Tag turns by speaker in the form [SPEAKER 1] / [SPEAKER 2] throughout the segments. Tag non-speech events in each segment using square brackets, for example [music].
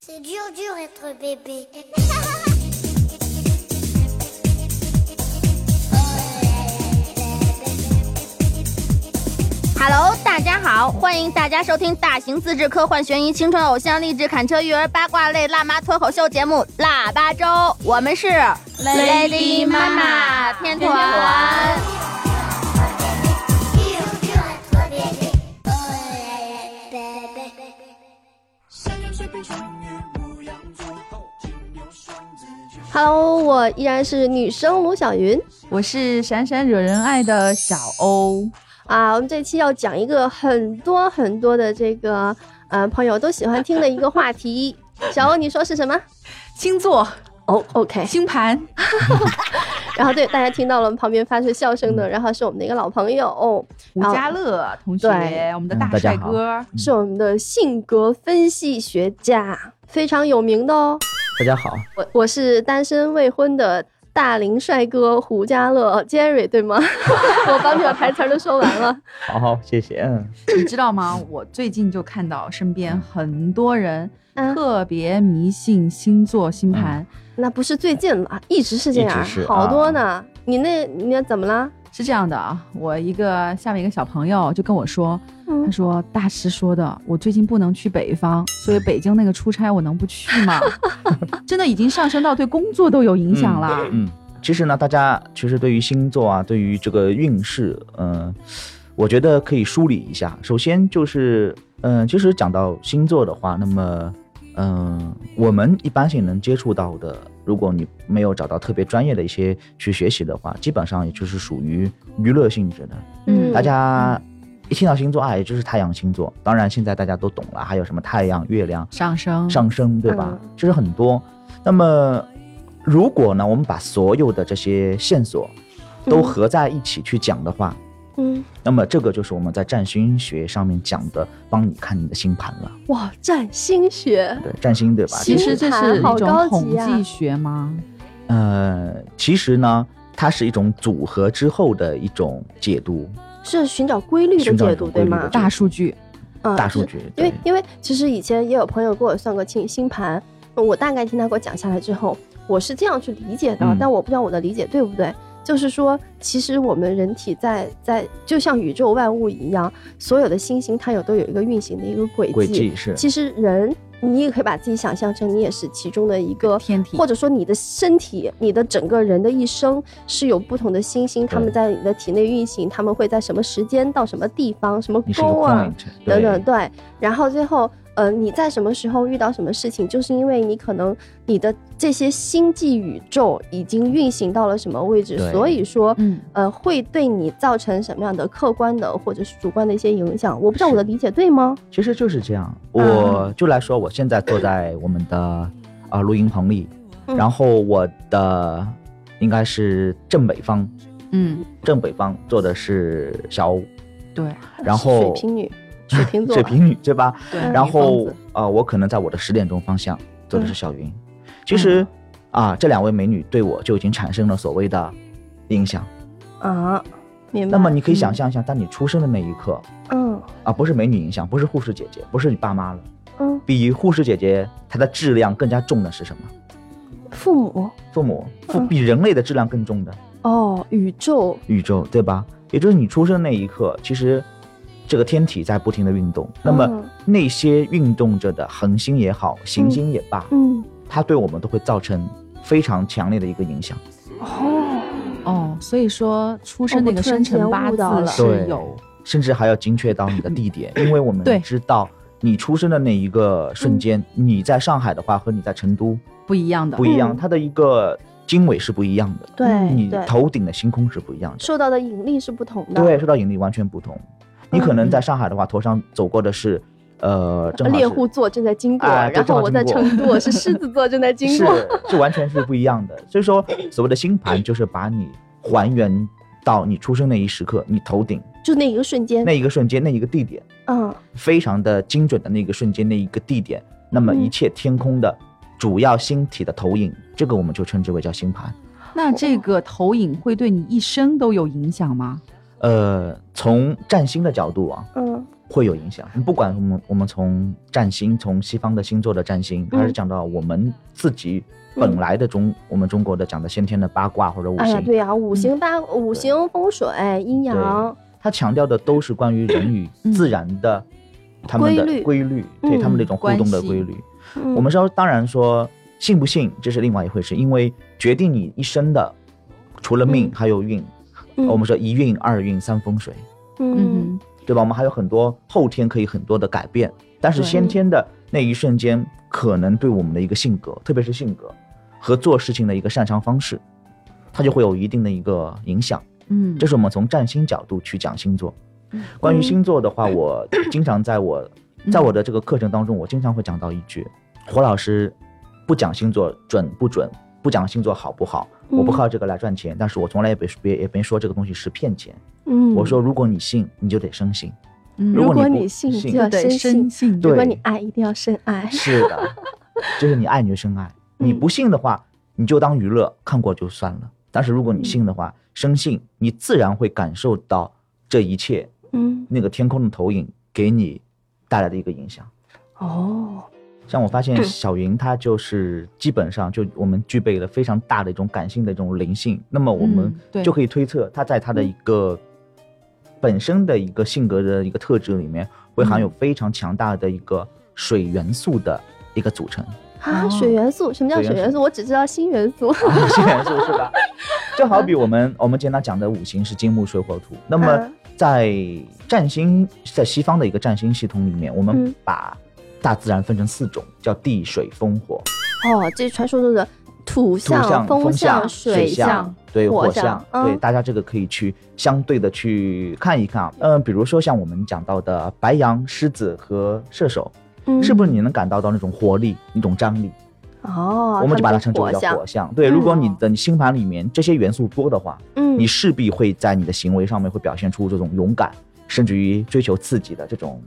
[SPEAKER 1] C'est dur, dur être bébé. [laughs]
[SPEAKER 2] Hello，大家好，欢迎大家收听大型自制科幻悬疑青春偶像励志砍车育儿八卦类辣妈脱口秀节目《腊八粥》，我们是
[SPEAKER 3] Lady 妈妈
[SPEAKER 2] 天
[SPEAKER 3] 天团
[SPEAKER 2] 团。
[SPEAKER 1] Dur, dur être bébé. Oh là là, bébé.
[SPEAKER 4] 山羊水瓶双鱼牧羊座，金牛双子巨蟹。
[SPEAKER 3] Hello，我依然是女生卢小云
[SPEAKER 5] 我是闪闪惹人爱的小欧，
[SPEAKER 3] 啊。我们这期要讲一个很多很多的这个呃朋友都喜欢听的一个
[SPEAKER 5] [laughs]
[SPEAKER 3] 话题。小欧，你说是什么？
[SPEAKER 5] 星座、
[SPEAKER 3] 哦，OK、o k
[SPEAKER 5] 星盘，
[SPEAKER 3] 然后对大家听到了旁边发出笑声的，然后是我们的一个老朋友，哦，
[SPEAKER 5] 嗯吴
[SPEAKER 3] 然后
[SPEAKER 5] 家乐同学
[SPEAKER 3] 对，
[SPEAKER 5] 我们的
[SPEAKER 6] 嗯
[SPEAKER 5] 大
[SPEAKER 6] 大家
[SPEAKER 5] 帅哥，
[SPEAKER 3] 是我们的性格分析学家，非常有名的哦。
[SPEAKER 6] 大家好，
[SPEAKER 3] 我我是单身未婚的大龄帅哥胡家乐哦 Jerry，
[SPEAKER 5] [laughs]
[SPEAKER 3] 对吗？我把表台词儿都说完了。
[SPEAKER 6] 好好谢谢，嗯，
[SPEAKER 5] 你知道吗？我最近就看到身边很多人
[SPEAKER 3] 嗯
[SPEAKER 5] 特别迷信星座、星盘，
[SPEAKER 6] 嗯
[SPEAKER 3] 那不是最近了，一直是这样，啊
[SPEAKER 6] 一直是啊
[SPEAKER 3] 好多呢。你那你那怎么了？
[SPEAKER 5] 是这样的啊。我一个下面一个小朋友就跟我说，他
[SPEAKER 3] 嗯，
[SPEAKER 5] 说大师说的，我最近不能去北方，所以北京那个出差我能不去
[SPEAKER 3] [laughs]
[SPEAKER 5] 吗？真的已经上升到对工作都有影响了。
[SPEAKER 6] 嗯，其实呢，大家其实对于星座啊，对于这个运势，嗯、我觉得可以梳理一下。首先就是，嗯、其实讲到星座的话，那么，嗯、我们一般性能接触到的，如果你没有找到特别专业的一些去学习的话，基本上也就是属于娱乐性质的。
[SPEAKER 3] 嗯
[SPEAKER 6] 大家一听到星座啊，也就是太阳星座，当然现在大家都懂了，还有什么太阳、月亮。
[SPEAKER 5] 上升，
[SPEAKER 6] 上升，对吧
[SPEAKER 3] 嗯？
[SPEAKER 6] 这是很多。那么，如果呢，我们把所有的这些线索都合在一起去讲的话，
[SPEAKER 3] 嗯，
[SPEAKER 6] 那么这个就是我们在占星学上面讲的，帮你看你的星盘了。
[SPEAKER 3] 哇，占星学，
[SPEAKER 6] 对，占星对吧？
[SPEAKER 5] 其实这是一
[SPEAKER 3] 好高
[SPEAKER 5] 种统
[SPEAKER 3] 级啊
[SPEAKER 5] 计学吗？
[SPEAKER 6] 呃，其实呢，它是一种组合之后的一种解读，
[SPEAKER 3] 是寻找规律的
[SPEAKER 6] 寻找
[SPEAKER 3] 解
[SPEAKER 6] 一
[SPEAKER 3] 读，
[SPEAKER 6] 种
[SPEAKER 3] 对
[SPEAKER 6] 规律
[SPEAKER 3] 吗
[SPEAKER 6] 的？
[SPEAKER 5] 大数据，
[SPEAKER 3] 嗯
[SPEAKER 6] 大数
[SPEAKER 3] 是
[SPEAKER 6] 据。
[SPEAKER 3] 因为
[SPEAKER 6] 对
[SPEAKER 3] 因为其实以前也有朋友给我算过星星盘，我大概听他给我讲下来之后，我是这样去理解的，
[SPEAKER 6] 嗯
[SPEAKER 3] 但我不知道我的理解对不对。就是说，其实我们人体在在就像宇宙万物一样，所有的星星它有都有一个运行的一个轨迹。
[SPEAKER 6] 轨迹是
[SPEAKER 3] 其实人，你也可以把自己想象成你也是其中的一个
[SPEAKER 5] 天体
[SPEAKER 3] 或者说你的身体，你的整个人的一生是有不同的星星，它们在你的体内运行，它们会在什么时间到什么地方，什么
[SPEAKER 6] 你是一个
[SPEAKER 3] 沟啊
[SPEAKER 6] point，
[SPEAKER 3] 等等，
[SPEAKER 6] 对
[SPEAKER 3] 对。然后最后，呃，你在什么时候遇到什么事情，就是因为你可能你的这些星际宇宙已经运行到了什么位置，
[SPEAKER 6] 对
[SPEAKER 3] 所以说，
[SPEAKER 5] 嗯，
[SPEAKER 3] 呃，会对你造成什么样的客观的或者是主观的一些影响。我不知道我的理解对吗？
[SPEAKER 6] 其实就是这样。
[SPEAKER 3] 嗯
[SPEAKER 6] 我就来说，我现在坐在我们的啊、呃录音棚里，
[SPEAKER 3] 嗯
[SPEAKER 6] 然后我的应该是正北方，
[SPEAKER 5] 嗯，
[SPEAKER 6] 正北方坐的是小欧，
[SPEAKER 5] 对
[SPEAKER 6] 然
[SPEAKER 3] 是啊水
[SPEAKER 6] 后
[SPEAKER 3] 瓶女，水瓶座，
[SPEAKER 6] 水瓶女对吧？
[SPEAKER 5] 对。
[SPEAKER 3] 嗯
[SPEAKER 6] 然
[SPEAKER 5] 女疯
[SPEAKER 6] 后
[SPEAKER 5] 子
[SPEAKER 6] 呃，我可能在我的十点钟方向坐的是
[SPEAKER 3] 嗯
[SPEAKER 6] 小云。其实啊、这两位美女对我就已经产生了所谓的影响。
[SPEAKER 3] 啊，明白。
[SPEAKER 6] 那么你可以
[SPEAKER 5] 嗯
[SPEAKER 6] 想象一下，当你出生的那一刻
[SPEAKER 3] 嗯
[SPEAKER 6] 啊，不是美女影响，不是护士姐姐，不是你爸妈了，
[SPEAKER 3] 嗯，
[SPEAKER 6] 比护士姐姐她的质量更加重的是什么？
[SPEAKER 3] 父母
[SPEAKER 6] 父母父
[SPEAKER 3] 嗯
[SPEAKER 6] 比人类的质量更重的
[SPEAKER 3] 哦，宇宙
[SPEAKER 6] 宇宙，对吧？也就是你出生那一刻，其实这个天体在不停的运动。那么那些运动着的恒星也好，行星也罢，
[SPEAKER 3] 嗯嗯
[SPEAKER 6] 它对我们都会造成非常强烈的一个影响。
[SPEAKER 3] 哦，
[SPEAKER 6] 嗯
[SPEAKER 5] 哦，所以说出生
[SPEAKER 3] 哦
[SPEAKER 5] 那
[SPEAKER 3] 我
[SPEAKER 5] 个
[SPEAKER 3] 突然
[SPEAKER 5] 生
[SPEAKER 3] 间
[SPEAKER 5] 辰八
[SPEAKER 3] 悟到了
[SPEAKER 5] 字是
[SPEAKER 6] 对
[SPEAKER 5] 有，
[SPEAKER 6] 甚至还要精确到你的地点，因为我们
[SPEAKER 5] 对
[SPEAKER 6] 知道你出生的那一个瞬间，你在上海的话和你在成都
[SPEAKER 5] 不一样的
[SPEAKER 6] 不。一样，
[SPEAKER 3] 嗯
[SPEAKER 6] 它的一个经纬是不一样的，
[SPEAKER 3] 对
[SPEAKER 6] 你
[SPEAKER 3] 对，
[SPEAKER 6] 头顶的星空是不一样的。
[SPEAKER 3] 受到的引力是不同的，嗯
[SPEAKER 6] 对，受到引力完全不同。你可能在上海的话，头上走过的是，呃，正好
[SPEAKER 3] 猎
[SPEAKER 6] 是
[SPEAKER 3] 户座正在经过，
[SPEAKER 6] 哎对
[SPEAKER 3] 然后我在
[SPEAKER 6] 正好经
[SPEAKER 3] 成都，我是狮子座正在经
[SPEAKER 6] 是
[SPEAKER 3] 过，
[SPEAKER 6] 是完全是不一样的。
[SPEAKER 3] [laughs]
[SPEAKER 6] 所以说，所谓的星盘就是把你还原到你出生那一时刻，你头顶
[SPEAKER 3] 就那一个瞬间
[SPEAKER 6] 那，一个瞬间，那一个地点，
[SPEAKER 3] 嗯
[SPEAKER 6] 非常的精准的那一个瞬间，那一个地点，那么一
[SPEAKER 3] 嗯
[SPEAKER 6] 切天空的主要星体的投影，这个我们就称之为叫星盘。
[SPEAKER 5] 那这个投影会对你一生都有影响吗？
[SPEAKER 6] 呃，从占星的角度啊，
[SPEAKER 3] 嗯
[SPEAKER 6] 会有影响。不管我们我们从占星，从西方的星座的占星，
[SPEAKER 3] 嗯
[SPEAKER 6] 还是讲到我们自己本来的中、我们中国的讲的先天的八卦或者五
[SPEAKER 3] 哎
[SPEAKER 6] 行，
[SPEAKER 3] 呀，对呀、五行八五行风水阴阳，
[SPEAKER 6] 它强调的都是关于人与
[SPEAKER 5] 嗯
[SPEAKER 6] 自然的他们的
[SPEAKER 3] 规律
[SPEAKER 6] 规律，对
[SPEAKER 3] 嗯
[SPEAKER 6] 他们的一种互动的
[SPEAKER 5] 关系
[SPEAKER 6] 规律。
[SPEAKER 3] 嗯
[SPEAKER 6] 我们说，当然说信不信这是另外一回事，因为决定你一生的，除了命还有运。
[SPEAKER 3] 嗯
[SPEAKER 6] 我们说一运、二运、三风水，
[SPEAKER 3] 嗯
[SPEAKER 5] 嗯
[SPEAKER 6] 对吧？我们还有很多后天可以很多的改变，但是
[SPEAKER 5] 对
[SPEAKER 6] 先天的那一瞬间，可能对我们的一个性格，特别是性格和做事情的一个擅长方式，它就会有一定的一个影响。
[SPEAKER 5] 嗯，
[SPEAKER 6] 这是我们从占星角度去讲星座。
[SPEAKER 3] 嗯
[SPEAKER 6] 关于星座的话，我经常在我在我的这个课程当中，我经常会讲到一句：胡老师不讲星座准不准，不讲星座好不好。我不
[SPEAKER 3] 嗯
[SPEAKER 6] 靠这个来赚钱，但是我从来也别别也没说这个东西是骗钱。
[SPEAKER 3] 嗯，
[SPEAKER 6] 我说，如果你信，你就得深信。
[SPEAKER 5] 嗯
[SPEAKER 6] 如
[SPEAKER 3] 如
[SPEAKER 6] 果
[SPEAKER 3] 果
[SPEAKER 6] 你不
[SPEAKER 3] 你信
[SPEAKER 6] 信
[SPEAKER 3] 就要
[SPEAKER 5] 对
[SPEAKER 3] 深
[SPEAKER 5] 深
[SPEAKER 3] 信，
[SPEAKER 5] 信
[SPEAKER 6] 对
[SPEAKER 3] 如果你爱一定要深爱，
[SPEAKER 6] [laughs] 是的，就是你爱你就深爱，你
[SPEAKER 3] 嗯
[SPEAKER 6] 不信的话，你就当娱乐看过就算了。但是如果你信的
[SPEAKER 5] 嗯
[SPEAKER 6] 话，深信你自然会感受到这一切
[SPEAKER 3] 嗯，
[SPEAKER 6] 那个天空的投影给你带来的一个影响。
[SPEAKER 3] 哦，
[SPEAKER 6] 像我发现小云她就是基本上就我们具备了非常大的一种感性的一种灵性，那么我们
[SPEAKER 5] 嗯对
[SPEAKER 6] 就可以推测她在她的一个本身的一个性格的一个特质里面会含
[SPEAKER 5] 嗯
[SPEAKER 6] 有非常强大的一个水元素的一个组成，
[SPEAKER 3] 啊，
[SPEAKER 5] 哦
[SPEAKER 3] 水元素，什么叫
[SPEAKER 6] 水
[SPEAKER 3] 水
[SPEAKER 6] 元
[SPEAKER 3] 元
[SPEAKER 6] 素
[SPEAKER 3] 素？我只知道新元
[SPEAKER 6] [laughs]
[SPEAKER 3] 素。
[SPEAKER 6] 啊水元素是吧？就好比我们我们简单讲的五行是金木水火土，那么
[SPEAKER 3] 嗯
[SPEAKER 6] 在占星在西方的一个占星系统里面，我们
[SPEAKER 3] 嗯
[SPEAKER 6] 把大自然分成四种，叫地水风火。
[SPEAKER 3] 哦，这传说中的土
[SPEAKER 6] 土象、
[SPEAKER 3] 风
[SPEAKER 6] 象、
[SPEAKER 3] 水
[SPEAKER 6] 象，对
[SPEAKER 3] 火
[SPEAKER 6] 象，
[SPEAKER 3] 嗯
[SPEAKER 6] 对大家这个可以去相对的去看一看啊。嗯，比如说像我们讲到的白羊、狮子和射手，
[SPEAKER 3] 嗯
[SPEAKER 6] 是不是你能感到到那种活力、一种张力？
[SPEAKER 3] 哦，
[SPEAKER 6] 我们就把它
[SPEAKER 3] 他
[SPEAKER 6] 称之
[SPEAKER 3] 火
[SPEAKER 6] 为叫
[SPEAKER 3] 象
[SPEAKER 6] 火，象。对，
[SPEAKER 3] 嗯
[SPEAKER 6] 如果你的星盘里面这些元素多的话，
[SPEAKER 3] 嗯，
[SPEAKER 6] 你势必会在你的行为上面会表现出这种勇敢，甚至于追求刺激的这种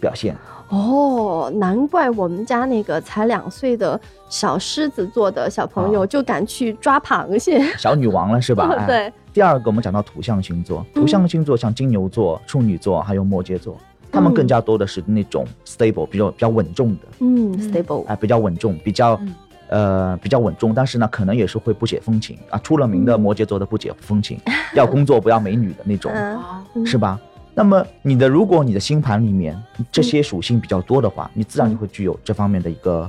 [SPEAKER 6] 表现。
[SPEAKER 3] 哦，难怪我们家那个才两岁的小狮子座的小朋友
[SPEAKER 6] 啊
[SPEAKER 3] 就敢去抓螃蟹，？
[SPEAKER 6] 小女王了是吧
[SPEAKER 3] [laughs]
[SPEAKER 6] 哎
[SPEAKER 3] 对，嗯
[SPEAKER 6] 第二个，我们讲到土象星座，土象星座像金牛座、处女座还有摩羯座，他们更加多的是那种 stable，比较比较稳重的，
[SPEAKER 3] 嗯，stable，
[SPEAKER 6] 哎，比较稳重，比较、
[SPEAKER 5] 嗯
[SPEAKER 6] 呃比较稳重，但是呢，可能也是会不解风情啊，出了名的
[SPEAKER 3] 嗯
[SPEAKER 6] 摩羯座的不解风情，要工作不要美女的那种，
[SPEAKER 3] 嗯，
[SPEAKER 5] 哦
[SPEAKER 3] 嗯
[SPEAKER 6] 是吧？那么你的如果你的星盘里面这些属性比较多的话，你自然就会具有这方面的一个、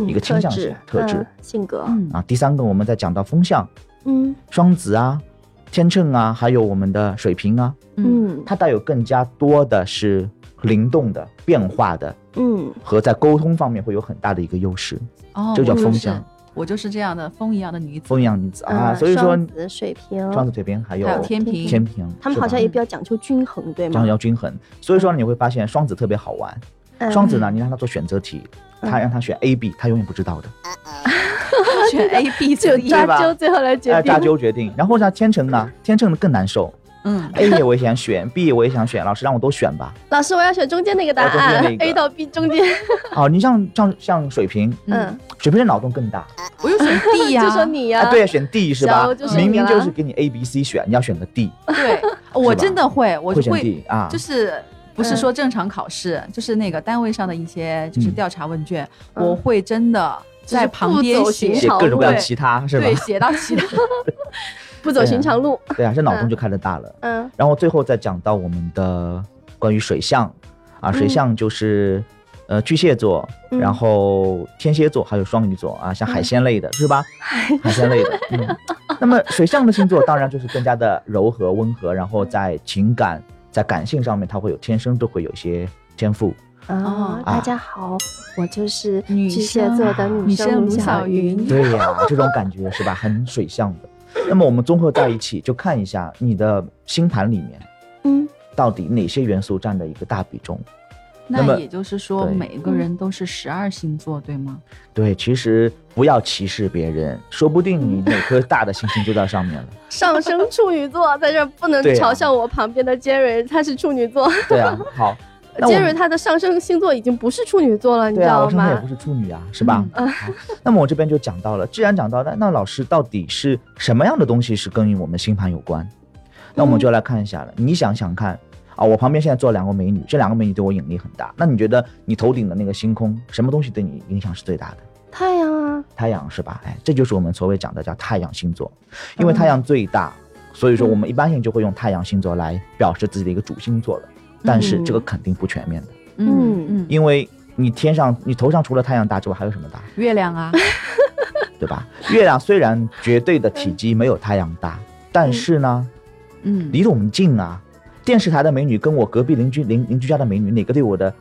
[SPEAKER 3] 嗯
[SPEAKER 6] 一个倾
[SPEAKER 3] 特
[SPEAKER 6] 向性
[SPEAKER 3] 质、
[SPEAKER 6] 特质
[SPEAKER 3] 嗯、性格，
[SPEAKER 5] 嗯
[SPEAKER 6] 啊。第三个，我们再讲到风象，
[SPEAKER 3] 嗯
[SPEAKER 6] 双子啊、天秤啊，还有我们的水瓶啊，
[SPEAKER 3] 嗯
[SPEAKER 6] 它带有更加多的是灵动的、变化的，
[SPEAKER 3] 嗯，
[SPEAKER 6] 和在沟通方面会有很大的一个优势，
[SPEAKER 5] 哦，
[SPEAKER 6] 这叫
[SPEAKER 5] 我就
[SPEAKER 6] 风
[SPEAKER 5] 是
[SPEAKER 6] 象，
[SPEAKER 5] 我就是这样的风一样的女子，
[SPEAKER 6] 风阳女子啊。
[SPEAKER 3] 嗯
[SPEAKER 6] 所以说，
[SPEAKER 3] 双子、水瓶，
[SPEAKER 6] 双子水瓶还有
[SPEAKER 5] 还有天平，
[SPEAKER 6] 天平，
[SPEAKER 3] 他们好像
[SPEAKER 6] 也
[SPEAKER 3] 也比嗯较讲究均衡，对
[SPEAKER 6] 这样
[SPEAKER 3] 吗？
[SPEAKER 6] 要均衡。所以说你会发现双子特别好玩，
[SPEAKER 3] 嗯
[SPEAKER 6] 双子呢，你让他做选择题，他让他选 A、B，他永远不知道的。
[SPEAKER 5] 选 A B
[SPEAKER 3] [laughs] 就
[SPEAKER 5] C，
[SPEAKER 3] 抓
[SPEAKER 6] 吧
[SPEAKER 3] 阄，最后来决
[SPEAKER 6] 哎，
[SPEAKER 3] 定
[SPEAKER 6] 扎阄决定。然后呢，天秤
[SPEAKER 3] [laughs]
[SPEAKER 6] 呢，天秤更难受
[SPEAKER 5] 嗯，
[SPEAKER 6] ，A 也我也想选，B [laughs] 我也想选，老师让我都选
[SPEAKER 3] [laughs]
[SPEAKER 6] 吧。
[SPEAKER 3] 老师，我要选中间那个答
[SPEAKER 6] 哦要中间
[SPEAKER 3] 案、
[SPEAKER 6] 那个
[SPEAKER 3] a 到 B 中间。
[SPEAKER 6] 哦，你像像像水瓶，
[SPEAKER 3] 嗯，
[SPEAKER 6] 水瓶的脑洞更大
[SPEAKER 5] 我又选 D 呀，
[SPEAKER 3] [laughs] 就说你 [laughs] 呀、
[SPEAKER 6] 啊，对，选 D 是吧
[SPEAKER 3] 小欧就？是
[SPEAKER 6] 明
[SPEAKER 3] 你
[SPEAKER 6] 明
[SPEAKER 3] 啦
[SPEAKER 6] 就是给你 A、B、C 选，你要选个 D，
[SPEAKER 5] 对，我真的会，我
[SPEAKER 6] 会
[SPEAKER 5] 就
[SPEAKER 6] 选
[SPEAKER 5] 会
[SPEAKER 6] D 啊，
[SPEAKER 5] 就是不是
[SPEAKER 3] 嗯
[SPEAKER 5] 说正常考试，就是那个单位上的一些就是
[SPEAKER 6] 嗯
[SPEAKER 5] 调查问卷，
[SPEAKER 3] 嗯
[SPEAKER 5] 我会真的在旁边
[SPEAKER 3] 就是不走寻
[SPEAKER 5] 写
[SPEAKER 6] 写
[SPEAKER 3] 常
[SPEAKER 6] 各种各样
[SPEAKER 5] 对
[SPEAKER 6] 其他是吧？
[SPEAKER 5] 对，写到
[SPEAKER 3] [laughs]
[SPEAKER 5] 其他
[SPEAKER 3] 不走寻常路。
[SPEAKER 6] [laughs] 对啊，这脑洞就开得大了。
[SPEAKER 3] 嗯
[SPEAKER 6] 然后最后再讲到我们的关于水象啊，水象就是、呃巨蟹座，
[SPEAKER 3] 嗯
[SPEAKER 6] 然后天蝎座还有双鱼座啊，像海鲜类的、是吧？海鲜类的，嗯。 [laughs] 那么水象的星座当然就是更加的柔和温和，然后在情感在感性上面，它会有天生都会有一些天赋。
[SPEAKER 3] 啊
[SPEAKER 5] 哦，
[SPEAKER 3] 大家好，我就是
[SPEAKER 5] 女
[SPEAKER 3] 巨蟹
[SPEAKER 5] 生
[SPEAKER 6] 啊
[SPEAKER 3] 座的女
[SPEAKER 5] 女生
[SPEAKER 3] 生
[SPEAKER 5] 卢
[SPEAKER 3] 小
[SPEAKER 5] 晓云
[SPEAKER 6] 对呀、 [laughs] 这种感觉是吧？很水象的。那么我们综合在一起，就看一下你的星盘里面
[SPEAKER 3] 嗯
[SPEAKER 6] 到底哪些元素占的一个大比重。那么
[SPEAKER 5] 那也就是说，
[SPEAKER 6] 对
[SPEAKER 5] 每个人都是十二星座，对吗？
[SPEAKER 6] 对，其实不要歧视别人，说不定你哪颗大的星星就在上面了。
[SPEAKER 3] 上升处女
[SPEAKER 6] [laughs]
[SPEAKER 3] 座，在这儿不能
[SPEAKER 6] 对啊
[SPEAKER 3] 嘲笑我旁边的杰瑞，他是处女座。
[SPEAKER 6] 对啊，
[SPEAKER 3] [laughs]
[SPEAKER 6] 好，那我
[SPEAKER 3] 杰瑞
[SPEAKER 6] 们
[SPEAKER 3] 他的上升星座已经不是处女座了，你
[SPEAKER 6] 对
[SPEAKER 3] 知
[SPEAKER 6] 啊，我
[SPEAKER 3] 道
[SPEAKER 6] 上面也
[SPEAKER 3] 吗嗯
[SPEAKER 6] 不？是处女啊，是吧？好那么我这边就讲到了，既然讲到了，那老师到底是
[SPEAKER 3] 嗯
[SPEAKER 6] 什么样的东西是跟我们星盘有关？那我们就来看一下了，你想想看。啊，我旁边现在坐两个美女，这两个美女对我引力很大。那你觉得你头顶的那个星空，什么东西对你影响是最大的？
[SPEAKER 3] 太阳啊，
[SPEAKER 6] 太阳是吧？哎，这就是我们所谓讲的叫太阳星座，因为太阳最大，所以说我们一般性就会用太阳星座来表示自己的一个主星座了。但是这个肯定不全面的，
[SPEAKER 5] 嗯嗯，
[SPEAKER 6] 因为你天上你头上除了太阳大之外还有什么大，
[SPEAKER 5] 月亮
[SPEAKER 6] [laughs]
[SPEAKER 5] 啊，
[SPEAKER 6] 对吧？月亮虽然绝对的体积没有太阳大，但是呢，
[SPEAKER 5] 嗯，
[SPEAKER 6] 离得我们近啊。电视台的美女跟我隔壁邻居邻邻居家的美女，哪个对我的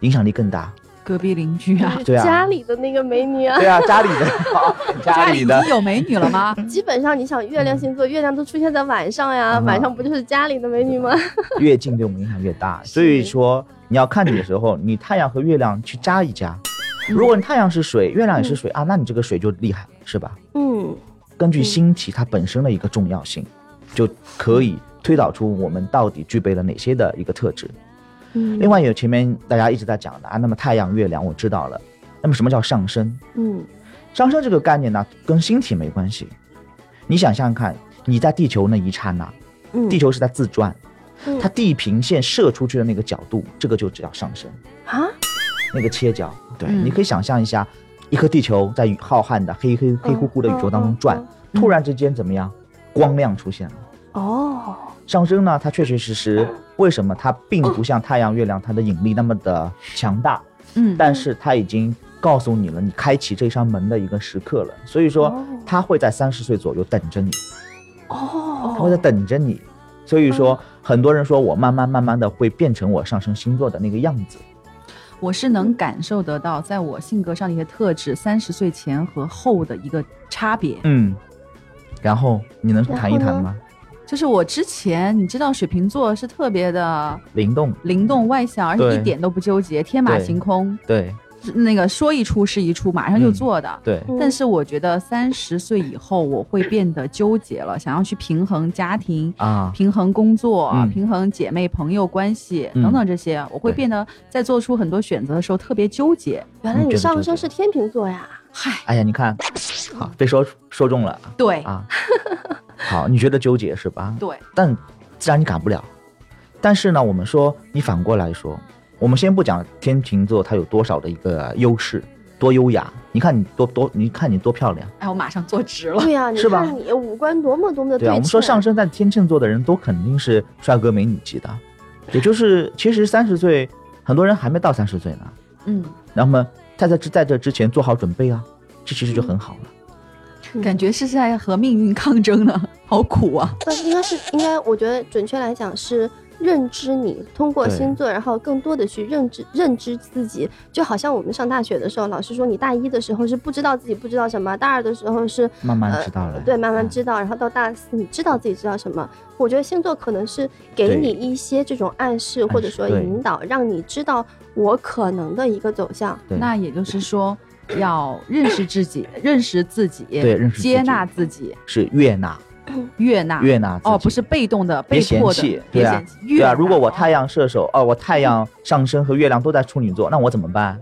[SPEAKER 6] 影响力更大？
[SPEAKER 5] 隔壁邻居啊，
[SPEAKER 6] 对啊
[SPEAKER 3] 家里的那个美女啊，
[SPEAKER 6] 对啊，家里的，
[SPEAKER 5] [laughs]
[SPEAKER 6] 家里的 [laughs]
[SPEAKER 5] 已经，有美女了吗？
[SPEAKER 3] 基本上你想月亮星座，月亮都出现在晚上呀，
[SPEAKER 6] 嗯
[SPEAKER 3] 晚上不就是家里的美女吗？ [laughs]
[SPEAKER 6] 越近对我们影响越大。所以说，你要看你的时候，你太阳和月亮去加一加。
[SPEAKER 3] 嗯
[SPEAKER 6] 如果你太阳是水，月亮也是水、啊，那你这个水就厉害了，是吧？
[SPEAKER 3] 嗯，
[SPEAKER 6] 根据星体它本身的一个重要性，就可以推导出我们到底具备了哪些的一个特质。
[SPEAKER 3] 嗯
[SPEAKER 6] 另外，有前面大家一直在讲的啊，那么太阳、月亮我知道了，那么什么叫上升？
[SPEAKER 3] 嗯
[SPEAKER 6] 上升这个概念呢，跟星体没关系。你想想看，你在地球那一刹那，
[SPEAKER 3] 嗯，
[SPEAKER 6] 地球是在自转，
[SPEAKER 3] 嗯
[SPEAKER 6] 它地平线射出去的那个角度，这个就叫上升，
[SPEAKER 3] 啊，
[SPEAKER 6] 那个切角。对，
[SPEAKER 5] 嗯
[SPEAKER 6] 你可以想象一下，一颗地球在宇浩瀚的黑黑黑乎乎的宇宙当中转，
[SPEAKER 3] 嗯
[SPEAKER 6] 突然之间怎么样，光亮出现了。
[SPEAKER 3] 哦，
[SPEAKER 6] 上升呢，它确确实实，为什么它并不像太阳、月亮它的引力那么的强大，
[SPEAKER 5] 嗯，
[SPEAKER 6] 但是它已经告诉你了，你开启这扇门的一个时刻了。所以说
[SPEAKER 3] 哦，
[SPEAKER 6] 它会在三十岁左右等着你。
[SPEAKER 3] 哦，嗯
[SPEAKER 6] 他会在等着你。所以说，很多人说我慢慢慢慢的会变成我上升星座的那个样子。
[SPEAKER 5] 我是能感受得到，在我性格上的一些特质，三十岁前和后的一个差别。
[SPEAKER 6] 嗯，然后你能谈一谈
[SPEAKER 3] 然后
[SPEAKER 6] 吗？
[SPEAKER 5] 就是我之前，你知道水瓶座是特别的
[SPEAKER 6] 灵动，
[SPEAKER 5] 灵动外向，而
[SPEAKER 6] 对
[SPEAKER 5] 且一点都不纠结，天马
[SPEAKER 6] 对
[SPEAKER 5] 行空，
[SPEAKER 6] 对
[SPEAKER 5] 那个说一出是一出，马上就做的。
[SPEAKER 6] 对，
[SPEAKER 3] 嗯
[SPEAKER 5] 但是我觉得三十岁以后，我会变得纠结了，想要去平衡家庭、
[SPEAKER 3] 嗯
[SPEAKER 6] 啊，
[SPEAKER 5] 平衡工作、
[SPEAKER 6] 嗯
[SPEAKER 5] 平衡姐妹朋友关系、
[SPEAKER 6] 嗯
[SPEAKER 5] 等等这些，我会
[SPEAKER 6] 对
[SPEAKER 5] 变得在做出很多选择的时候特别纠结。
[SPEAKER 3] 原来
[SPEAKER 6] 你
[SPEAKER 3] 你
[SPEAKER 6] 觉得
[SPEAKER 3] 上
[SPEAKER 6] 就
[SPEAKER 3] 升
[SPEAKER 6] 是
[SPEAKER 3] 是天秤座呀，
[SPEAKER 5] 嗨，
[SPEAKER 6] 哎呀，你看，好被说说中了
[SPEAKER 5] 对、
[SPEAKER 6] 啊。 [laughs] 好，你觉得纠结是吧？
[SPEAKER 5] 对，
[SPEAKER 6] 但自然你改不了。但是呢，我们说你反过来说，我们先不讲天秤座它有多少的一个优势，多优雅，你看你多多，你看你多漂亮。
[SPEAKER 5] 哎，我马上坐直了。
[SPEAKER 3] 对呀，你
[SPEAKER 6] 是吧
[SPEAKER 3] 看你五官多么
[SPEAKER 5] 呃
[SPEAKER 3] 多么的
[SPEAKER 6] 对啊，我们
[SPEAKER 3] 称
[SPEAKER 6] 说上升在天秤座的人都肯定是帅哥美女级的，也就是其实三十岁，很多人还没到三十岁呢。
[SPEAKER 5] 嗯，
[SPEAKER 6] 那么在这之在这之前做好准备啊，这其实就很好了。
[SPEAKER 5] 感觉是在和命运抗争呢，好苦啊！
[SPEAKER 3] 那应该是应该，我觉得准确来讲是认知你，通过
[SPEAKER 6] 对
[SPEAKER 3] 星座，然后更多的去认知认知自己。就好像我们上大学的时候，老师说你大一的时候是不知道自己不知道什么，大二的时候是
[SPEAKER 6] 慢慢
[SPEAKER 3] 呃
[SPEAKER 6] 知道了
[SPEAKER 3] 对，慢慢
[SPEAKER 6] 嗯
[SPEAKER 3] 知道，然后到大四你知道自己知道什么。我觉得星座可能是给
[SPEAKER 6] 对
[SPEAKER 3] 你一些这种暗示或者
[SPEAKER 6] 示
[SPEAKER 3] 说
[SPEAKER 6] 对
[SPEAKER 3] 引导，让你知道我可能的一个走向。
[SPEAKER 6] 对，
[SPEAKER 5] 那也就是说，要认识自己，认识自己，
[SPEAKER 6] 对认识自己
[SPEAKER 5] 接纳自己，
[SPEAKER 6] 是悦纳
[SPEAKER 5] 悦纳，
[SPEAKER 6] 悦纳自己
[SPEAKER 5] 哦，不是被动的，
[SPEAKER 6] 别
[SPEAKER 5] 被
[SPEAKER 6] 嫌
[SPEAKER 5] 迫的，
[SPEAKER 6] 弃，
[SPEAKER 5] 别
[SPEAKER 6] 对啊
[SPEAKER 5] 嫌弃，
[SPEAKER 6] 对
[SPEAKER 5] 悦
[SPEAKER 6] 啊。
[SPEAKER 5] 纳
[SPEAKER 6] 如果我太阳射手，哦，我太阳上升和月亮都在处女座，那我怎么办？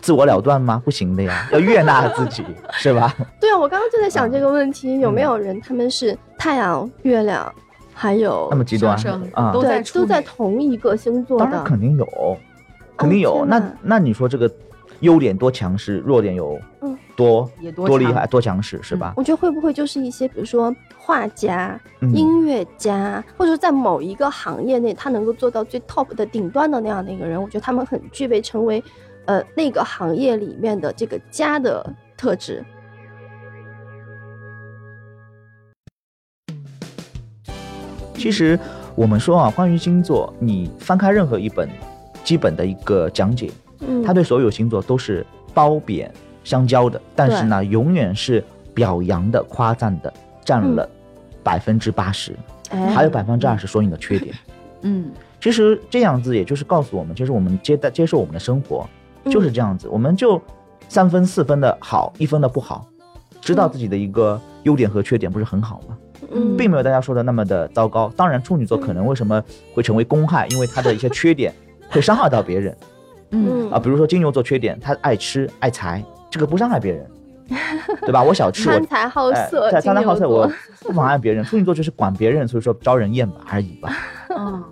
[SPEAKER 6] 自我了断吗？不行的呀，要悦纳自己，是吧？
[SPEAKER 3] 对啊，我刚刚就在
[SPEAKER 6] 嗯
[SPEAKER 3] 想这个问题，有没有人他们是太阳、月亮，还有
[SPEAKER 6] 那么极端
[SPEAKER 5] 上升
[SPEAKER 6] 啊，
[SPEAKER 5] 都在
[SPEAKER 3] 对，
[SPEAKER 5] 处
[SPEAKER 3] 都在
[SPEAKER 5] 女
[SPEAKER 3] 同一个星座
[SPEAKER 6] 当然
[SPEAKER 3] 的。
[SPEAKER 6] 肯定有，肯定有。
[SPEAKER 3] 天哪
[SPEAKER 6] 那那你说这个优点多强势，弱点有
[SPEAKER 3] 嗯
[SPEAKER 6] 多、
[SPEAKER 5] 也多
[SPEAKER 6] 多厉
[SPEAKER 5] 强
[SPEAKER 6] 害，多强势是吧？
[SPEAKER 3] 我觉得会不会就是一些，比如说画家、
[SPEAKER 6] 嗯
[SPEAKER 3] 音乐家，或者说在某一个行业内，他能够做到最 top 的顶端的那样的一个人，我觉得他们很具备成为，呃，那个行业里面的这个家的特质。
[SPEAKER 6] 其实我们说啊，关于星座，你翻开任何一本基本的一个讲解，
[SPEAKER 3] 嗯，
[SPEAKER 6] 它对所有星座都是褒贬相交的，但是呢，永远是表扬的、夸赞的，占了百分之八十，
[SPEAKER 3] 嗯哎
[SPEAKER 6] 还有百分之二十说你的
[SPEAKER 3] [laughs]
[SPEAKER 6] 缺点。
[SPEAKER 5] 嗯，
[SPEAKER 6] 其实这样子也就是告诉我们，就是我们接待接受我们的生活
[SPEAKER 3] 嗯
[SPEAKER 6] 就是这样子，我们就三分四分的好，一分的不好，知道自己的一个优点和缺点，不是很好吗？
[SPEAKER 3] 嗯
[SPEAKER 6] 并没有大家说的那么的糟糕。当然，处女座可能为什么会成为公害，因为它的一些缺点会伤害到别人
[SPEAKER 5] 嗯，
[SPEAKER 6] 啊，比如说金牛座缺点，他爱吃爱财，这个不伤害
[SPEAKER 3] [laughs]
[SPEAKER 6] 别人，对吧？我小气，我
[SPEAKER 3] 贪财好
[SPEAKER 6] 哎
[SPEAKER 3] 色，
[SPEAKER 6] 对
[SPEAKER 3] 金
[SPEAKER 6] 贪财好
[SPEAKER 3] 牛
[SPEAKER 6] 色，
[SPEAKER 3] 座 [laughs]
[SPEAKER 6] 我不妨碍别人。处女座就是管别人，所以说招人厌吧而已吧。
[SPEAKER 5] 嗯，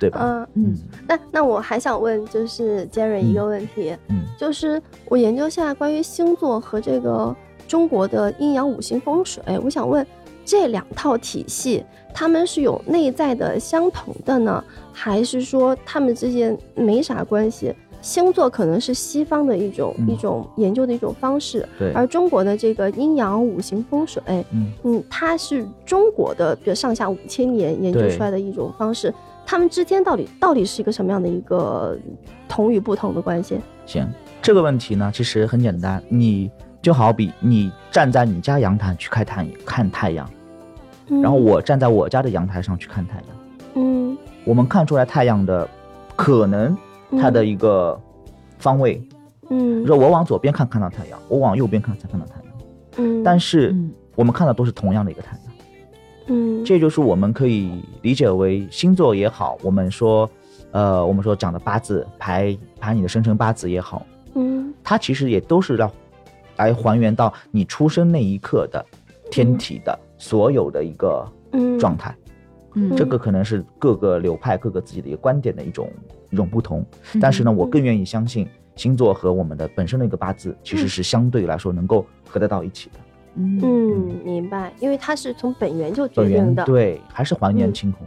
[SPEAKER 6] 对吧？
[SPEAKER 3] 嗯，
[SPEAKER 5] 嗯，
[SPEAKER 3] 那那我还想问，就是杰瑞一个问题，
[SPEAKER 6] 嗯
[SPEAKER 3] 就是我研究下来关于星座和这个中国的阴阳五行风水，我想问这两套体系，他们是有内在的相同的呢，还是说他们之间没啥关系？星座可能是西方的一种、
[SPEAKER 6] 嗯
[SPEAKER 3] 一种研究的一种方式，
[SPEAKER 6] 对，
[SPEAKER 3] 而中国的这个阴阳五行风水，
[SPEAKER 6] 嗯
[SPEAKER 3] 嗯，它是中国的，比如上下五千年研究
[SPEAKER 6] 对
[SPEAKER 3] 出来的一种方式。他们之间到底到底是一个什么样的一个同与不同的关系？
[SPEAKER 6] 行，这个问题呢，其实很简单，你就好比你站在你家阳台去看太看太阳，然后我站在我家的阳台上去看太阳，
[SPEAKER 3] 嗯，
[SPEAKER 6] 我们看出来太阳的可能
[SPEAKER 3] 嗯
[SPEAKER 6] 它的一个方位，
[SPEAKER 3] 嗯，
[SPEAKER 6] 比如说我往左边看看到太阳，我往右边看才看到太阳，
[SPEAKER 3] 嗯，
[SPEAKER 6] 但
[SPEAKER 3] 是
[SPEAKER 6] 是
[SPEAKER 5] 嗯
[SPEAKER 6] 我们看到都是同样的一个太阳。
[SPEAKER 3] 嗯，
[SPEAKER 6] 这就是我们可以理解为星座也好，我们说，呃，我们说讲的八字排排你的生辰八字也好，
[SPEAKER 3] 嗯
[SPEAKER 6] 它其实也都是让来还原到你出生那一刻的天体的所有的一个
[SPEAKER 3] 嗯
[SPEAKER 6] 状态。
[SPEAKER 5] 嗯
[SPEAKER 6] 这个可能是各个流派、各个自己的一个观点的一种一种不同。但是呢，
[SPEAKER 3] 嗯
[SPEAKER 6] 我更愿意相信星座和我们的本身的一个八字其实是相对来说能够合得到一起的。
[SPEAKER 5] 嗯嗯
[SPEAKER 3] 嗯，明白，因为它是从本源就决
[SPEAKER 6] 本源
[SPEAKER 3] 定的，，
[SPEAKER 6] 对，还是还原
[SPEAKER 3] 嗯
[SPEAKER 6] 清空。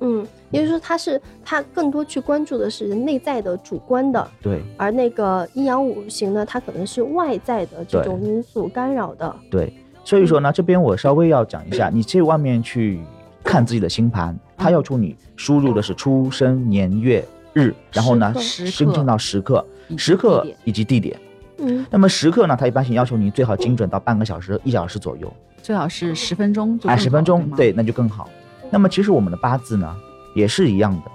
[SPEAKER 3] 嗯，也就是说它是它更多去关注的是内在的主观的，
[SPEAKER 6] 对
[SPEAKER 3] 而那个阴阳五行呢，它可能是外在的这
[SPEAKER 6] 对
[SPEAKER 3] 种因素干扰的，
[SPEAKER 6] 对，所以说呢，这边我稍微要讲一下，你去外面去看自己的星盘，它要求你输入的是出生年月日，然后呢，
[SPEAKER 5] 嗯时刻
[SPEAKER 6] 申请到时刻
[SPEAKER 5] 以、及
[SPEAKER 6] 时刻
[SPEAKER 5] 地点
[SPEAKER 6] 以及地点。
[SPEAKER 3] 嗯
[SPEAKER 6] 那么时刻呢，它一般性要求你最好精准到半个小时、一小时左右，
[SPEAKER 5] 最好是十分钟嗯就更
[SPEAKER 6] 哎，
[SPEAKER 5] 好，
[SPEAKER 6] 十分钟，
[SPEAKER 5] 吗，
[SPEAKER 6] 对，那就更好。那么其实我们的八字呢，也是一样的，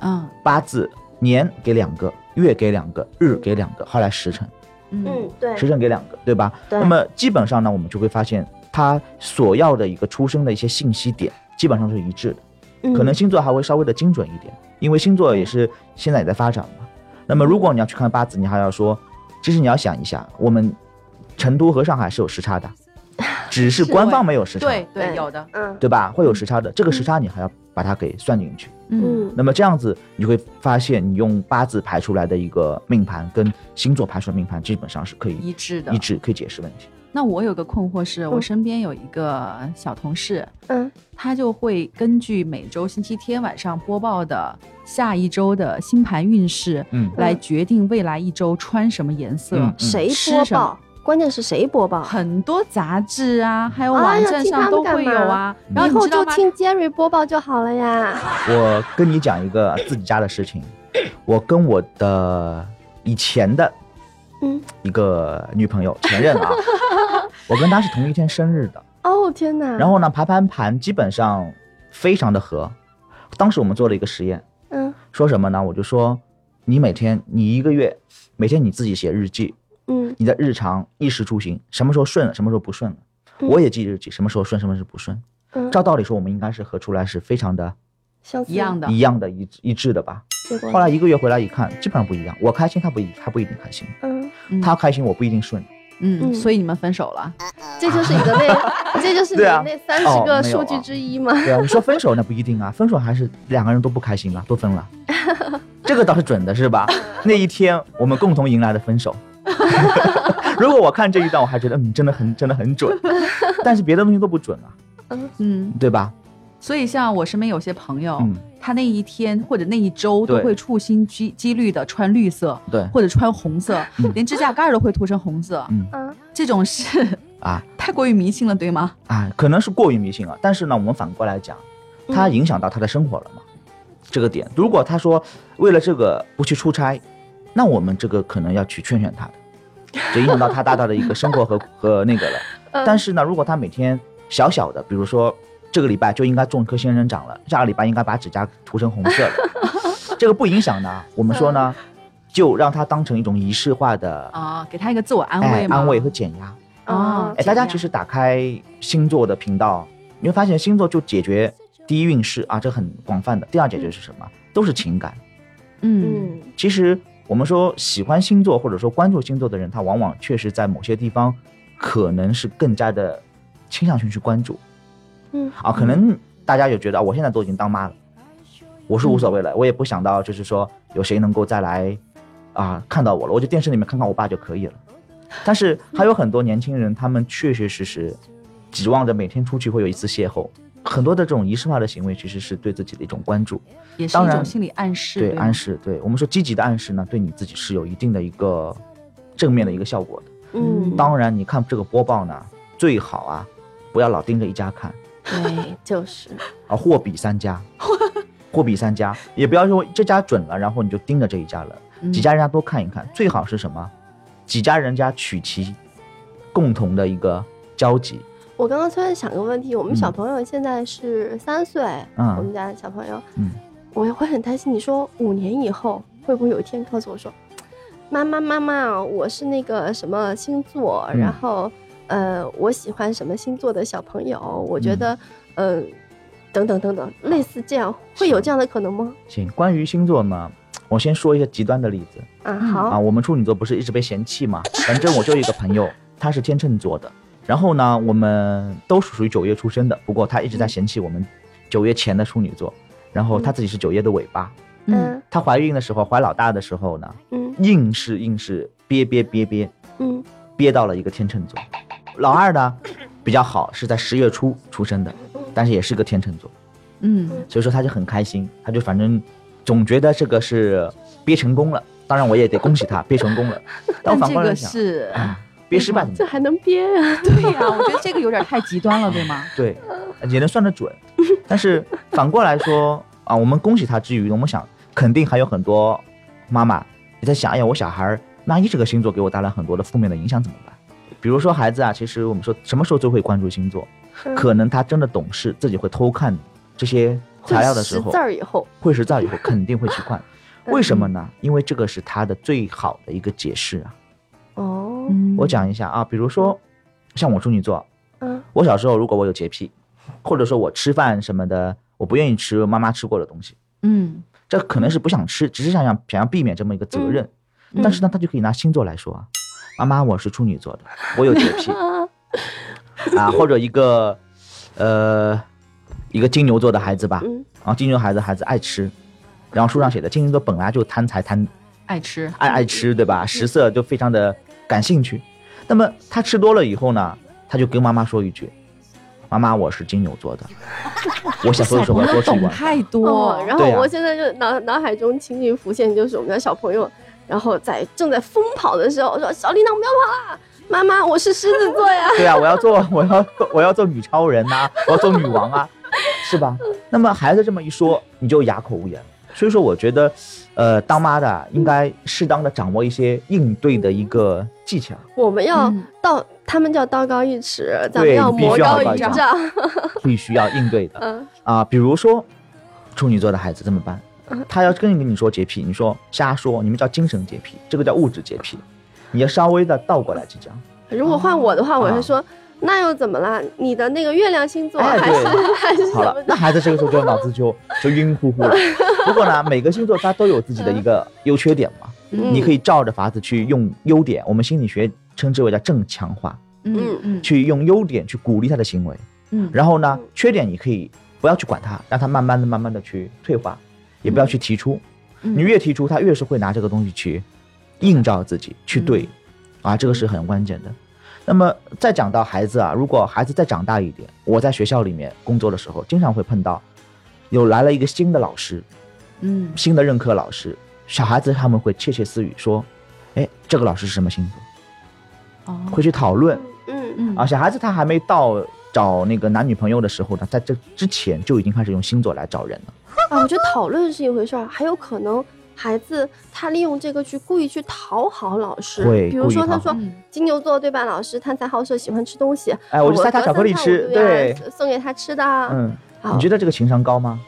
[SPEAKER 5] 嗯
[SPEAKER 6] 八字年给两个，月给两个，日给两个，后来时辰。
[SPEAKER 5] 嗯
[SPEAKER 3] 嗯，对，
[SPEAKER 6] 时辰给两个，对吧？
[SPEAKER 3] 对
[SPEAKER 6] 那么基本上呢，我们就会发现它所要的一个出生的一些信息点，基本上是一致的。
[SPEAKER 3] 嗯
[SPEAKER 6] 可能星座还会稍微的精准一点，因为星座也是现在也在发展嘛。那么如果你要去看八字，你还要说，其实你要想一下，我们成都和上海是有时差的，只是官方没有时差，
[SPEAKER 5] 对对，有的，
[SPEAKER 3] 嗯
[SPEAKER 6] 对吧？会有时差的，这个时差你还要把它给算进去。
[SPEAKER 5] 嗯
[SPEAKER 3] 嗯
[SPEAKER 6] 那么这样子，你会发现你用八字排出来的一个命盘跟星座排出来的命盘基本上是可以
[SPEAKER 5] 一致的
[SPEAKER 6] 一。致可以解释问题。
[SPEAKER 5] 那我有个困惑是，我
[SPEAKER 3] 嗯
[SPEAKER 5] 身边有一个小同事，
[SPEAKER 3] 嗯
[SPEAKER 5] 他就会根据每周星期天晚上播报的下一周的星盘运势，
[SPEAKER 6] 嗯
[SPEAKER 5] 来决定未来一周穿什么颜色。
[SPEAKER 6] 嗯
[SPEAKER 3] 谁
[SPEAKER 5] 吃
[SPEAKER 3] 播
[SPEAKER 5] 什
[SPEAKER 3] 报
[SPEAKER 5] 么？
[SPEAKER 3] 关键是谁播报？
[SPEAKER 5] 很多杂志啊，还有
[SPEAKER 3] 哎
[SPEAKER 5] 网
[SPEAKER 3] 呀
[SPEAKER 5] 站
[SPEAKER 3] 听他
[SPEAKER 5] 上
[SPEAKER 3] 们
[SPEAKER 5] 都
[SPEAKER 3] 干
[SPEAKER 5] 会有
[SPEAKER 3] 嘛
[SPEAKER 5] 啊。然
[SPEAKER 3] 以
[SPEAKER 5] 后你
[SPEAKER 3] 后
[SPEAKER 5] 知道
[SPEAKER 3] 就
[SPEAKER 5] 吗？
[SPEAKER 3] 听 Jerry 播报就好了呀。
[SPEAKER 6] 我跟你讲一个啊自己家的事情，我跟我的以前的
[SPEAKER 3] 嗯，
[SPEAKER 6] 一个女朋友前任啊，
[SPEAKER 3] [laughs]
[SPEAKER 6] 我跟她是同一天生日的，
[SPEAKER 3] 哦天哪！
[SPEAKER 6] 然后呢排盘盘基本上非常的合。当时我们做了一个实验，
[SPEAKER 3] 嗯
[SPEAKER 6] 说什么呢？我就说你每天你一个月每天你自己写日记，
[SPEAKER 3] 嗯
[SPEAKER 6] 你的日常衣食住行什么时候顺了，什么时候不顺了，我也记日记，什么时候顺，什么时候不顺。
[SPEAKER 3] 嗯，
[SPEAKER 6] 照道理说，我们应该是合出来是非常的
[SPEAKER 3] 相似
[SPEAKER 5] 一样的
[SPEAKER 6] 一样的一一致的吧？
[SPEAKER 3] 结果
[SPEAKER 6] 后来一个月回来一看，基本上不一样。我开心，他不一，他不一定开心；
[SPEAKER 3] 嗯，
[SPEAKER 5] 嗯
[SPEAKER 6] 他开心，我不一定顺。
[SPEAKER 5] 嗯，
[SPEAKER 3] 嗯
[SPEAKER 5] 所以你们分手了。
[SPEAKER 3] 这就是你的那， [laughs] 这就是你
[SPEAKER 6] 对啊
[SPEAKER 3] 的那三十
[SPEAKER 6] 哦
[SPEAKER 3] 个
[SPEAKER 6] 没有
[SPEAKER 3] 数
[SPEAKER 6] 啊
[SPEAKER 3] 据之一吗？
[SPEAKER 6] 对啊，你说分手那不一定啊， [laughs] 分手还是两个人都不开心啊，都分了。这个倒是准的，是吧？那一天我们共同迎来了分手。如果我看这一段，我还觉得嗯，真的很真的很准，但是别的东西都不准啊，
[SPEAKER 5] 嗯，
[SPEAKER 6] 对吧？
[SPEAKER 5] 所以像我身边有些朋友，
[SPEAKER 6] 嗯
[SPEAKER 5] 他那一天或者那一周都
[SPEAKER 6] 对
[SPEAKER 5] 会处心积积虑的穿绿色，
[SPEAKER 6] 对
[SPEAKER 5] 或者穿红色，
[SPEAKER 6] 嗯
[SPEAKER 5] 连指甲盖儿都会涂成红色。
[SPEAKER 6] 嗯
[SPEAKER 3] 嗯
[SPEAKER 5] 这种是
[SPEAKER 6] 啊
[SPEAKER 5] [laughs] 太过于迷信了，对吗？
[SPEAKER 6] 啊，可能是过于迷信了。但是呢，我们反过来讲，他
[SPEAKER 5] 嗯
[SPEAKER 6] 影响到他的生活了嘛？这个点，如果他说为了这个不去出差，那我们这个可能要去劝劝他的，这影响到他大大的一个生
[SPEAKER 5] [laughs]
[SPEAKER 6] 活和和那个了。
[SPEAKER 5] 嗯
[SPEAKER 6] 但是呢，如果他每天小小的，比如说这个礼拜就应该种一棵仙人掌了，下个礼拜应该把指甲涂成红色
[SPEAKER 5] [laughs]
[SPEAKER 6] 了，这个不影响呢。我们说呢，
[SPEAKER 5] 嗯
[SPEAKER 6] 就让它当成一种仪式化的
[SPEAKER 5] 啊，给他一个自我安
[SPEAKER 6] 哎
[SPEAKER 5] 慰嘛，
[SPEAKER 6] 安慰和减压。
[SPEAKER 5] 啊
[SPEAKER 3] 啊
[SPEAKER 6] 哎，大家其实打开星座的频道，你会发现星座就解决第一运势啊，这很广泛的。第二解决是什么？都是情感。
[SPEAKER 5] 嗯
[SPEAKER 3] 嗯
[SPEAKER 6] 其实我们说喜欢星座或者说关注星座的人，他往往确实在某些地方可能是更加的倾向性去关注
[SPEAKER 3] 嗯
[SPEAKER 6] 啊。可能大家有觉得啊，我现在都已经当妈了，我是无所谓了，我也不想到就是说有谁能够再来啊看到我了，我就电视里面看看我爸就可以了。但是还有很多年轻人，他们确确实实指望着每天出去会有一次邂逅，很多的这种仪式化的行为其实是对自己的一种关注。
[SPEAKER 5] 也是
[SPEAKER 6] 当
[SPEAKER 5] 一种
[SPEAKER 6] 然
[SPEAKER 5] 心理暗示，
[SPEAKER 6] 对
[SPEAKER 5] 吗
[SPEAKER 6] 暗，示，对我们说积极的暗示呢，对你自己是有一定的一个正面的一个效果的。
[SPEAKER 3] 嗯，
[SPEAKER 6] 当然，你看这个播报呢，最好啊，不要老盯着一家看
[SPEAKER 3] 对，就是
[SPEAKER 6] 啊，货比三家，货比三家，也不要说这家准了，然后你就盯着这一家了，
[SPEAKER 5] 嗯
[SPEAKER 6] 几家人家多看一看，最好是什么？几家人家取其共同的一个交集，
[SPEAKER 3] 我刚刚突然想个问题，我们小
[SPEAKER 6] 嗯
[SPEAKER 3] 朋友现在是三岁，
[SPEAKER 6] 嗯
[SPEAKER 3] 我们家小朋友，
[SPEAKER 6] 嗯
[SPEAKER 3] 我也会很担心，你说五年以后会不会有一天告诉我说，妈妈妈妈，我是那个什么星座，
[SPEAKER 6] 嗯
[SPEAKER 3] 然后呃，我喜欢什么星座的小朋友，我
[SPEAKER 6] 嗯
[SPEAKER 3] 觉得、呃，等等等等，类似这样，会有这样的可能吗？
[SPEAKER 6] 行，关于星座嘛，我先说一个极端的例子
[SPEAKER 3] 啊，
[SPEAKER 5] 嗯
[SPEAKER 3] 好，
[SPEAKER 6] 啊。我们处女座不是一直被嫌弃嘛？反正我就有一个朋友，他是天秤座的。然后呢，我们都是属于九月出生的，不过他一直在嫌弃我们九月前的处女座。然后他自己是九月的尾巴。
[SPEAKER 5] 嗯，
[SPEAKER 3] 嗯
[SPEAKER 6] 她怀孕的时候，怀老大的时候呢，
[SPEAKER 3] 嗯
[SPEAKER 6] 硬是硬是憋憋憋憋
[SPEAKER 3] 嗯
[SPEAKER 6] 憋到了一个天秤座。老二呢比较好，是在十月初出生的，但是也是个天秤座。
[SPEAKER 5] 嗯，
[SPEAKER 6] 所以说他就很开心，他就反正总觉得这个是憋成功了。当然我也得恭喜他憋成功了，但
[SPEAKER 5] 但
[SPEAKER 6] 我反
[SPEAKER 5] 这
[SPEAKER 6] 过来
[SPEAKER 5] 个
[SPEAKER 6] 想，
[SPEAKER 5] 是，
[SPEAKER 6] 憋失败怎么
[SPEAKER 3] 这
[SPEAKER 6] 办？
[SPEAKER 3] 还能憋啊？
[SPEAKER 5] 对呀，我觉得这个有点太极端了，对吗？
[SPEAKER 6] 对，也能算得准。但是反过来说啊，我们恭喜他之余，我们想肯定还有很多妈妈也在想，哎呀，我小孩儿万一这个星座给我带来很多的负面的影响怎么办？比如说孩子啊，其实我们说什么时候最会关注星座？
[SPEAKER 3] 嗯
[SPEAKER 6] 可能他真的懂事，自己会偷看这些材料的时
[SPEAKER 3] 就
[SPEAKER 6] 候，
[SPEAKER 3] 识字儿以后，
[SPEAKER 6] 会识字儿以后肯定会去看，为什么呢？因为这个是他的最好的一个解释啊。
[SPEAKER 3] 哦，
[SPEAKER 5] 嗯
[SPEAKER 6] 我，讲一下啊，比如说像我处女座，
[SPEAKER 3] 嗯
[SPEAKER 6] 我小时候如果我有洁癖，或者说我吃饭什么的，我不愿意吃妈妈吃过的东西，
[SPEAKER 5] 嗯，
[SPEAKER 6] 这可能是不想吃，只是想想想要避免这么一个责任。但是呢，他就可以拿星座来说啊，妈妈我是处女座的，我有洁
[SPEAKER 3] [laughs]
[SPEAKER 6] 癖
[SPEAKER 3] 嗯
[SPEAKER 6] 啊，或者一个呃一个金牛座的孩子吧，
[SPEAKER 3] 嗯
[SPEAKER 6] 然后金牛孩子孩子爱吃，然后书上写的金牛座本来就贪财贪
[SPEAKER 5] 爱吃，
[SPEAKER 6] 爱爱吃，对吧？食色就非常的感兴趣。那么他吃多了以后呢，他就跟妈妈说一句：“妈妈，我是金牛座的，我小时候的时候我多吃一
[SPEAKER 5] 懂
[SPEAKER 6] 碗。
[SPEAKER 5] 太多
[SPEAKER 3] 哦，，然后
[SPEAKER 6] 对呀
[SPEAKER 3] 我现在就脑脑海中情景浮现，就是我们家小朋友，然后在正在疯跑的时候，我说：“小铃铛不要跑啦，啊妈妈，我是狮子座呀。 [laughs]
[SPEAKER 6] 对呀、啊我要做， [laughs] 我要我要做女超人呐、我要做女王啊，是吧？那么孩子这么一说，你就哑口无言了。所以说，我觉得，呃，当妈的应该适当的掌握一些应对的一个技巧。”
[SPEAKER 3] 我们要
[SPEAKER 5] 嗯
[SPEAKER 3] 道，他们叫道高一尺，咱们
[SPEAKER 6] 对
[SPEAKER 3] 要
[SPEAKER 6] 你必须
[SPEAKER 3] 魔
[SPEAKER 6] 要
[SPEAKER 3] 高
[SPEAKER 6] 道高
[SPEAKER 3] 一
[SPEAKER 6] 一丈
[SPEAKER 3] 丈。
[SPEAKER 6] [laughs] 必须要应对的
[SPEAKER 3] 嗯
[SPEAKER 6] 啊。比如说，处女座的孩子怎么办？
[SPEAKER 3] 嗯
[SPEAKER 6] 他要跟跟你说洁癖，你说瞎说，你们叫精神洁癖，这个叫物质洁癖，你要稍微的倒过来去讲。
[SPEAKER 3] 如果换我的话，
[SPEAKER 6] 哦
[SPEAKER 3] 我会说：“那又怎么啦？你的那个月亮星座
[SPEAKER 6] 哎
[SPEAKER 3] 还是
[SPEAKER 6] 对
[SPEAKER 3] 还是什
[SPEAKER 6] 好
[SPEAKER 3] 么
[SPEAKER 6] 了，那孩子这个时候就脑子就 [laughs] 就晕乎
[SPEAKER 3] [laughs]
[SPEAKER 6] 乎了。不过呢，每个星座它都有自己的一个优缺点嘛，
[SPEAKER 3] 嗯
[SPEAKER 6] 你可以照着法子去用优点，我们心理学称之为叫正强化，
[SPEAKER 5] 嗯嗯
[SPEAKER 6] 去用优点去鼓励他的行为。
[SPEAKER 5] 嗯，
[SPEAKER 6] 然后呢，缺点你可以不要去管它，让它慢慢的、慢慢的去退化，也不要去提出。
[SPEAKER 5] 嗯
[SPEAKER 6] 你越提出，它越是会拿这个东西去映照自己，去
[SPEAKER 5] 嗯
[SPEAKER 6] 对，啊，这个是很关键的。那么再讲到孩子啊，如果孩子再长大一点，我在学校里面工作的时候，经常会碰到有来了一个新的老师，
[SPEAKER 5] 嗯
[SPEAKER 6] 新的任课老师，小孩子他们会窃窃私语说，哎，这个老师是什么星座，
[SPEAKER 5] 哦，
[SPEAKER 6] 会去讨论。
[SPEAKER 3] 嗯
[SPEAKER 5] 嗯
[SPEAKER 6] 啊，小孩子他还没到找那个男女朋友的时候呢，在这之前就已经开始用星座来找人了。
[SPEAKER 3] 啊？我觉得讨论是一回事儿，还有可能孩子他利用这个去故意去讨好老师，
[SPEAKER 6] 对
[SPEAKER 3] 比如
[SPEAKER 6] 故意
[SPEAKER 3] 说他
[SPEAKER 6] 讨好
[SPEAKER 3] 说。
[SPEAKER 5] 嗯
[SPEAKER 3] 金牛座对吧？老师贪财好色，喜欢吃东西。
[SPEAKER 5] 哦
[SPEAKER 6] 哎，我就
[SPEAKER 3] 得
[SPEAKER 6] 塞他巧克力
[SPEAKER 3] 三餐
[SPEAKER 6] 吃
[SPEAKER 3] 我，都要
[SPEAKER 6] 对，
[SPEAKER 3] 送给他吃的啊。
[SPEAKER 6] 嗯，
[SPEAKER 3] 好
[SPEAKER 6] 你觉得这个情商高吗？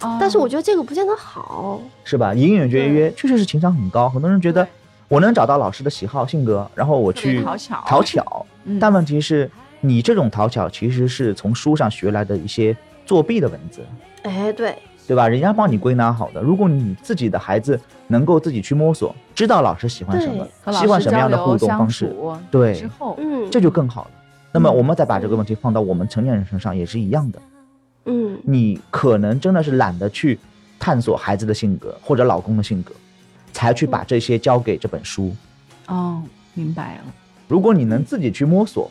[SPEAKER 5] 哦
[SPEAKER 3] 但是我觉得这个不见得好。
[SPEAKER 6] 是吧？隐隐约约确实是情商很高，很多人觉得
[SPEAKER 5] 对
[SPEAKER 6] 我能找到老师的喜好、性格，然后我
[SPEAKER 5] 特别
[SPEAKER 6] 去
[SPEAKER 5] 讨巧
[SPEAKER 6] 讨巧，
[SPEAKER 5] 嗯
[SPEAKER 6] 但问题是，你这种讨巧其实是从书上学来的一些作弊的文字。
[SPEAKER 3] 哎，对，
[SPEAKER 6] 对吧？人家帮你归纳好的。如果你自己的孩子能够自己去摸索，知道老师喜欢什么
[SPEAKER 5] 和，老
[SPEAKER 6] 喜欢
[SPEAKER 5] 师
[SPEAKER 6] 什么样的
[SPEAKER 5] 交
[SPEAKER 6] 互
[SPEAKER 5] 流
[SPEAKER 6] 动
[SPEAKER 5] 相
[SPEAKER 6] 方式，
[SPEAKER 5] 处
[SPEAKER 6] 对
[SPEAKER 5] 之后，
[SPEAKER 3] 嗯，
[SPEAKER 6] 这就更好了。那么我们再把这个问题放到我们成年人身上也是一样的，
[SPEAKER 3] 嗯
[SPEAKER 6] 你可能真的是懒得去探索孩子的性格或者老公的性格，才去把这些交给这本书。
[SPEAKER 5] 哦，明白了。
[SPEAKER 6] 如果你能自己去摸索，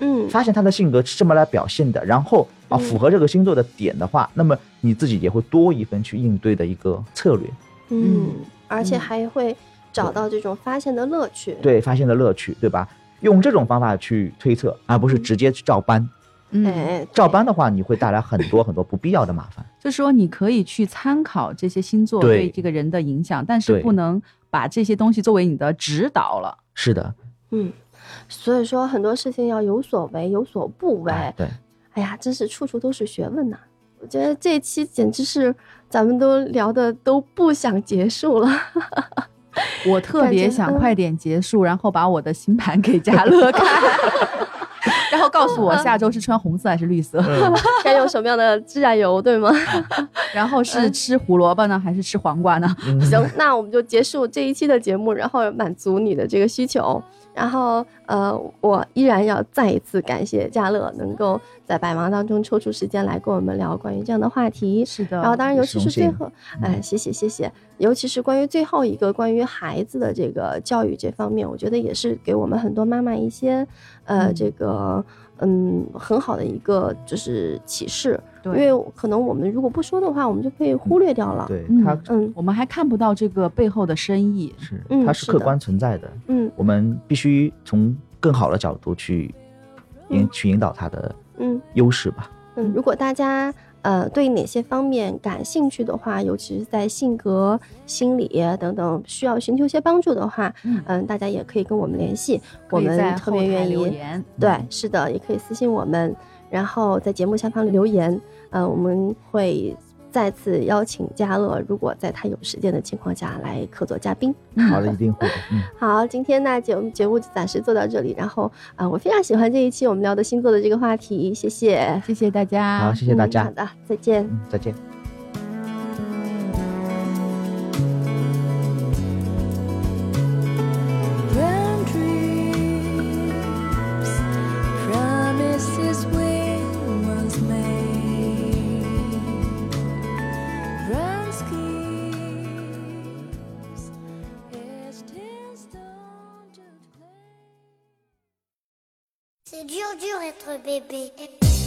[SPEAKER 3] 嗯，
[SPEAKER 6] 发现他的性格是这么来表现的，然后啊符合这个星座的点的话，那么你自己也会多一份去应对的一个策略，
[SPEAKER 3] 嗯
[SPEAKER 5] 嗯，
[SPEAKER 3] 而且
[SPEAKER 5] 嗯
[SPEAKER 3] 还会找到这种发现的乐趣。，
[SPEAKER 6] 对发现的乐趣，对吧？用这种方法去推测，而不是直接去照搬。
[SPEAKER 5] 嗯，
[SPEAKER 3] 哎，
[SPEAKER 6] 照搬的话，你会带来很多很多不必要的麻烦。
[SPEAKER 5] 就说你可以去参考这些星座
[SPEAKER 6] 对
[SPEAKER 5] 对这个人的影响，但是
[SPEAKER 6] 对
[SPEAKER 5] 不能把这些东西作为你的指导了。
[SPEAKER 6] 是的，
[SPEAKER 3] 嗯，所以说很多事情要有所为，有所不为。
[SPEAKER 6] 哎对，
[SPEAKER 3] 哎呀，真是处处都是学问呐、我觉得这一期简直是咱们都聊的都不想结束
[SPEAKER 6] [laughs]
[SPEAKER 3] 了。 [laughs]
[SPEAKER 5] 我特
[SPEAKER 3] 感
[SPEAKER 5] 别
[SPEAKER 3] 觉
[SPEAKER 5] 想
[SPEAKER 3] 嗯
[SPEAKER 5] 快点结束，然后把我的星盘给嘉乐看， [laughs] 然后告诉
[SPEAKER 3] 嗯
[SPEAKER 5] 我下周是穿红色还是绿色，
[SPEAKER 6] 嗯
[SPEAKER 3] 该用什么样的指甲油，对吗？
[SPEAKER 5] [laughs] 然后
[SPEAKER 3] 嗯
[SPEAKER 5] 是吃胡萝卜呢还是吃黄瓜呢？
[SPEAKER 6] 嗯
[SPEAKER 3] 行，那我们就结束这一期的节目，然后满足你的这个需求。然后，呃，我依然要再一次感谢嘉乐能够在百忙当中抽出时间来跟我们聊关于这样嗯的话题。
[SPEAKER 5] 是的
[SPEAKER 3] 然后，当然，
[SPEAKER 6] 也
[SPEAKER 3] 尤
[SPEAKER 6] 是
[SPEAKER 3] 其
[SPEAKER 6] 荣
[SPEAKER 3] 是最
[SPEAKER 6] 幸
[SPEAKER 3] 后，哎，谢谢谢谢，尤其是关于最后一个关于孩子的这个教育这方面，我觉得也是给我们很多妈妈一些，呃，
[SPEAKER 5] 嗯
[SPEAKER 3] 这个嗯很好的一个就是启示，因
[SPEAKER 5] 对
[SPEAKER 3] 为可能我们如果不说的话，我们就可以忽略掉了。
[SPEAKER 6] 对
[SPEAKER 5] 嗯
[SPEAKER 6] 它
[SPEAKER 3] 嗯
[SPEAKER 5] 我们还看不到这个背后的深意。
[SPEAKER 6] 是
[SPEAKER 3] 嗯
[SPEAKER 6] 它是
[SPEAKER 3] 是
[SPEAKER 6] 客
[SPEAKER 3] 的
[SPEAKER 6] 观存在的，
[SPEAKER 3] 嗯
[SPEAKER 6] 我们必须从更好的角度去引去引导它的
[SPEAKER 3] 嗯。
[SPEAKER 6] 优势吧。
[SPEAKER 3] 嗯，如果大家呃对哪些方面感兴趣的话，尤其是在性格、心理啊等等需要寻求一些帮助的话，
[SPEAKER 5] 嗯，
[SPEAKER 3] 嗯，大家也可以跟我们联系，我
[SPEAKER 5] 可以在
[SPEAKER 3] 们特
[SPEAKER 5] 后
[SPEAKER 3] 别
[SPEAKER 5] 台
[SPEAKER 3] 愿
[SPEAKER 5] 留
[SPEAKER 3] 意。
[SPEAKER 5] 言。
[SPEAKER 3] 对，是的，也可以私信我们，然后在节目下方留言，呃，我们会。再次邀请嘉乐，如果在他有时间的情况下来客座嘉宾。
[SPEAKER 6] 好的，一定会的。嗯，
[SPEAKER 3] 好，今天呢节目节目就暂时做到这里。然后啊、呃我非常喜欢这一期我们聊的星座的这个话题，谢谢，
[SPEAKER 5] 谢谢大家，
[SPEAKER 6] 好，谢谢大
[SPEAKER 3] 嗯
[SPEAKER 6] 家
[SPEAKER 3] 好，的，再见。
[SPEAKER 6] 嗯，再见。
[SPEAKER 7] Brown dreams, promises we once made. Brown schemes, it's just don't play.
[SPEAKER 1] C'est dur, dur être bébé.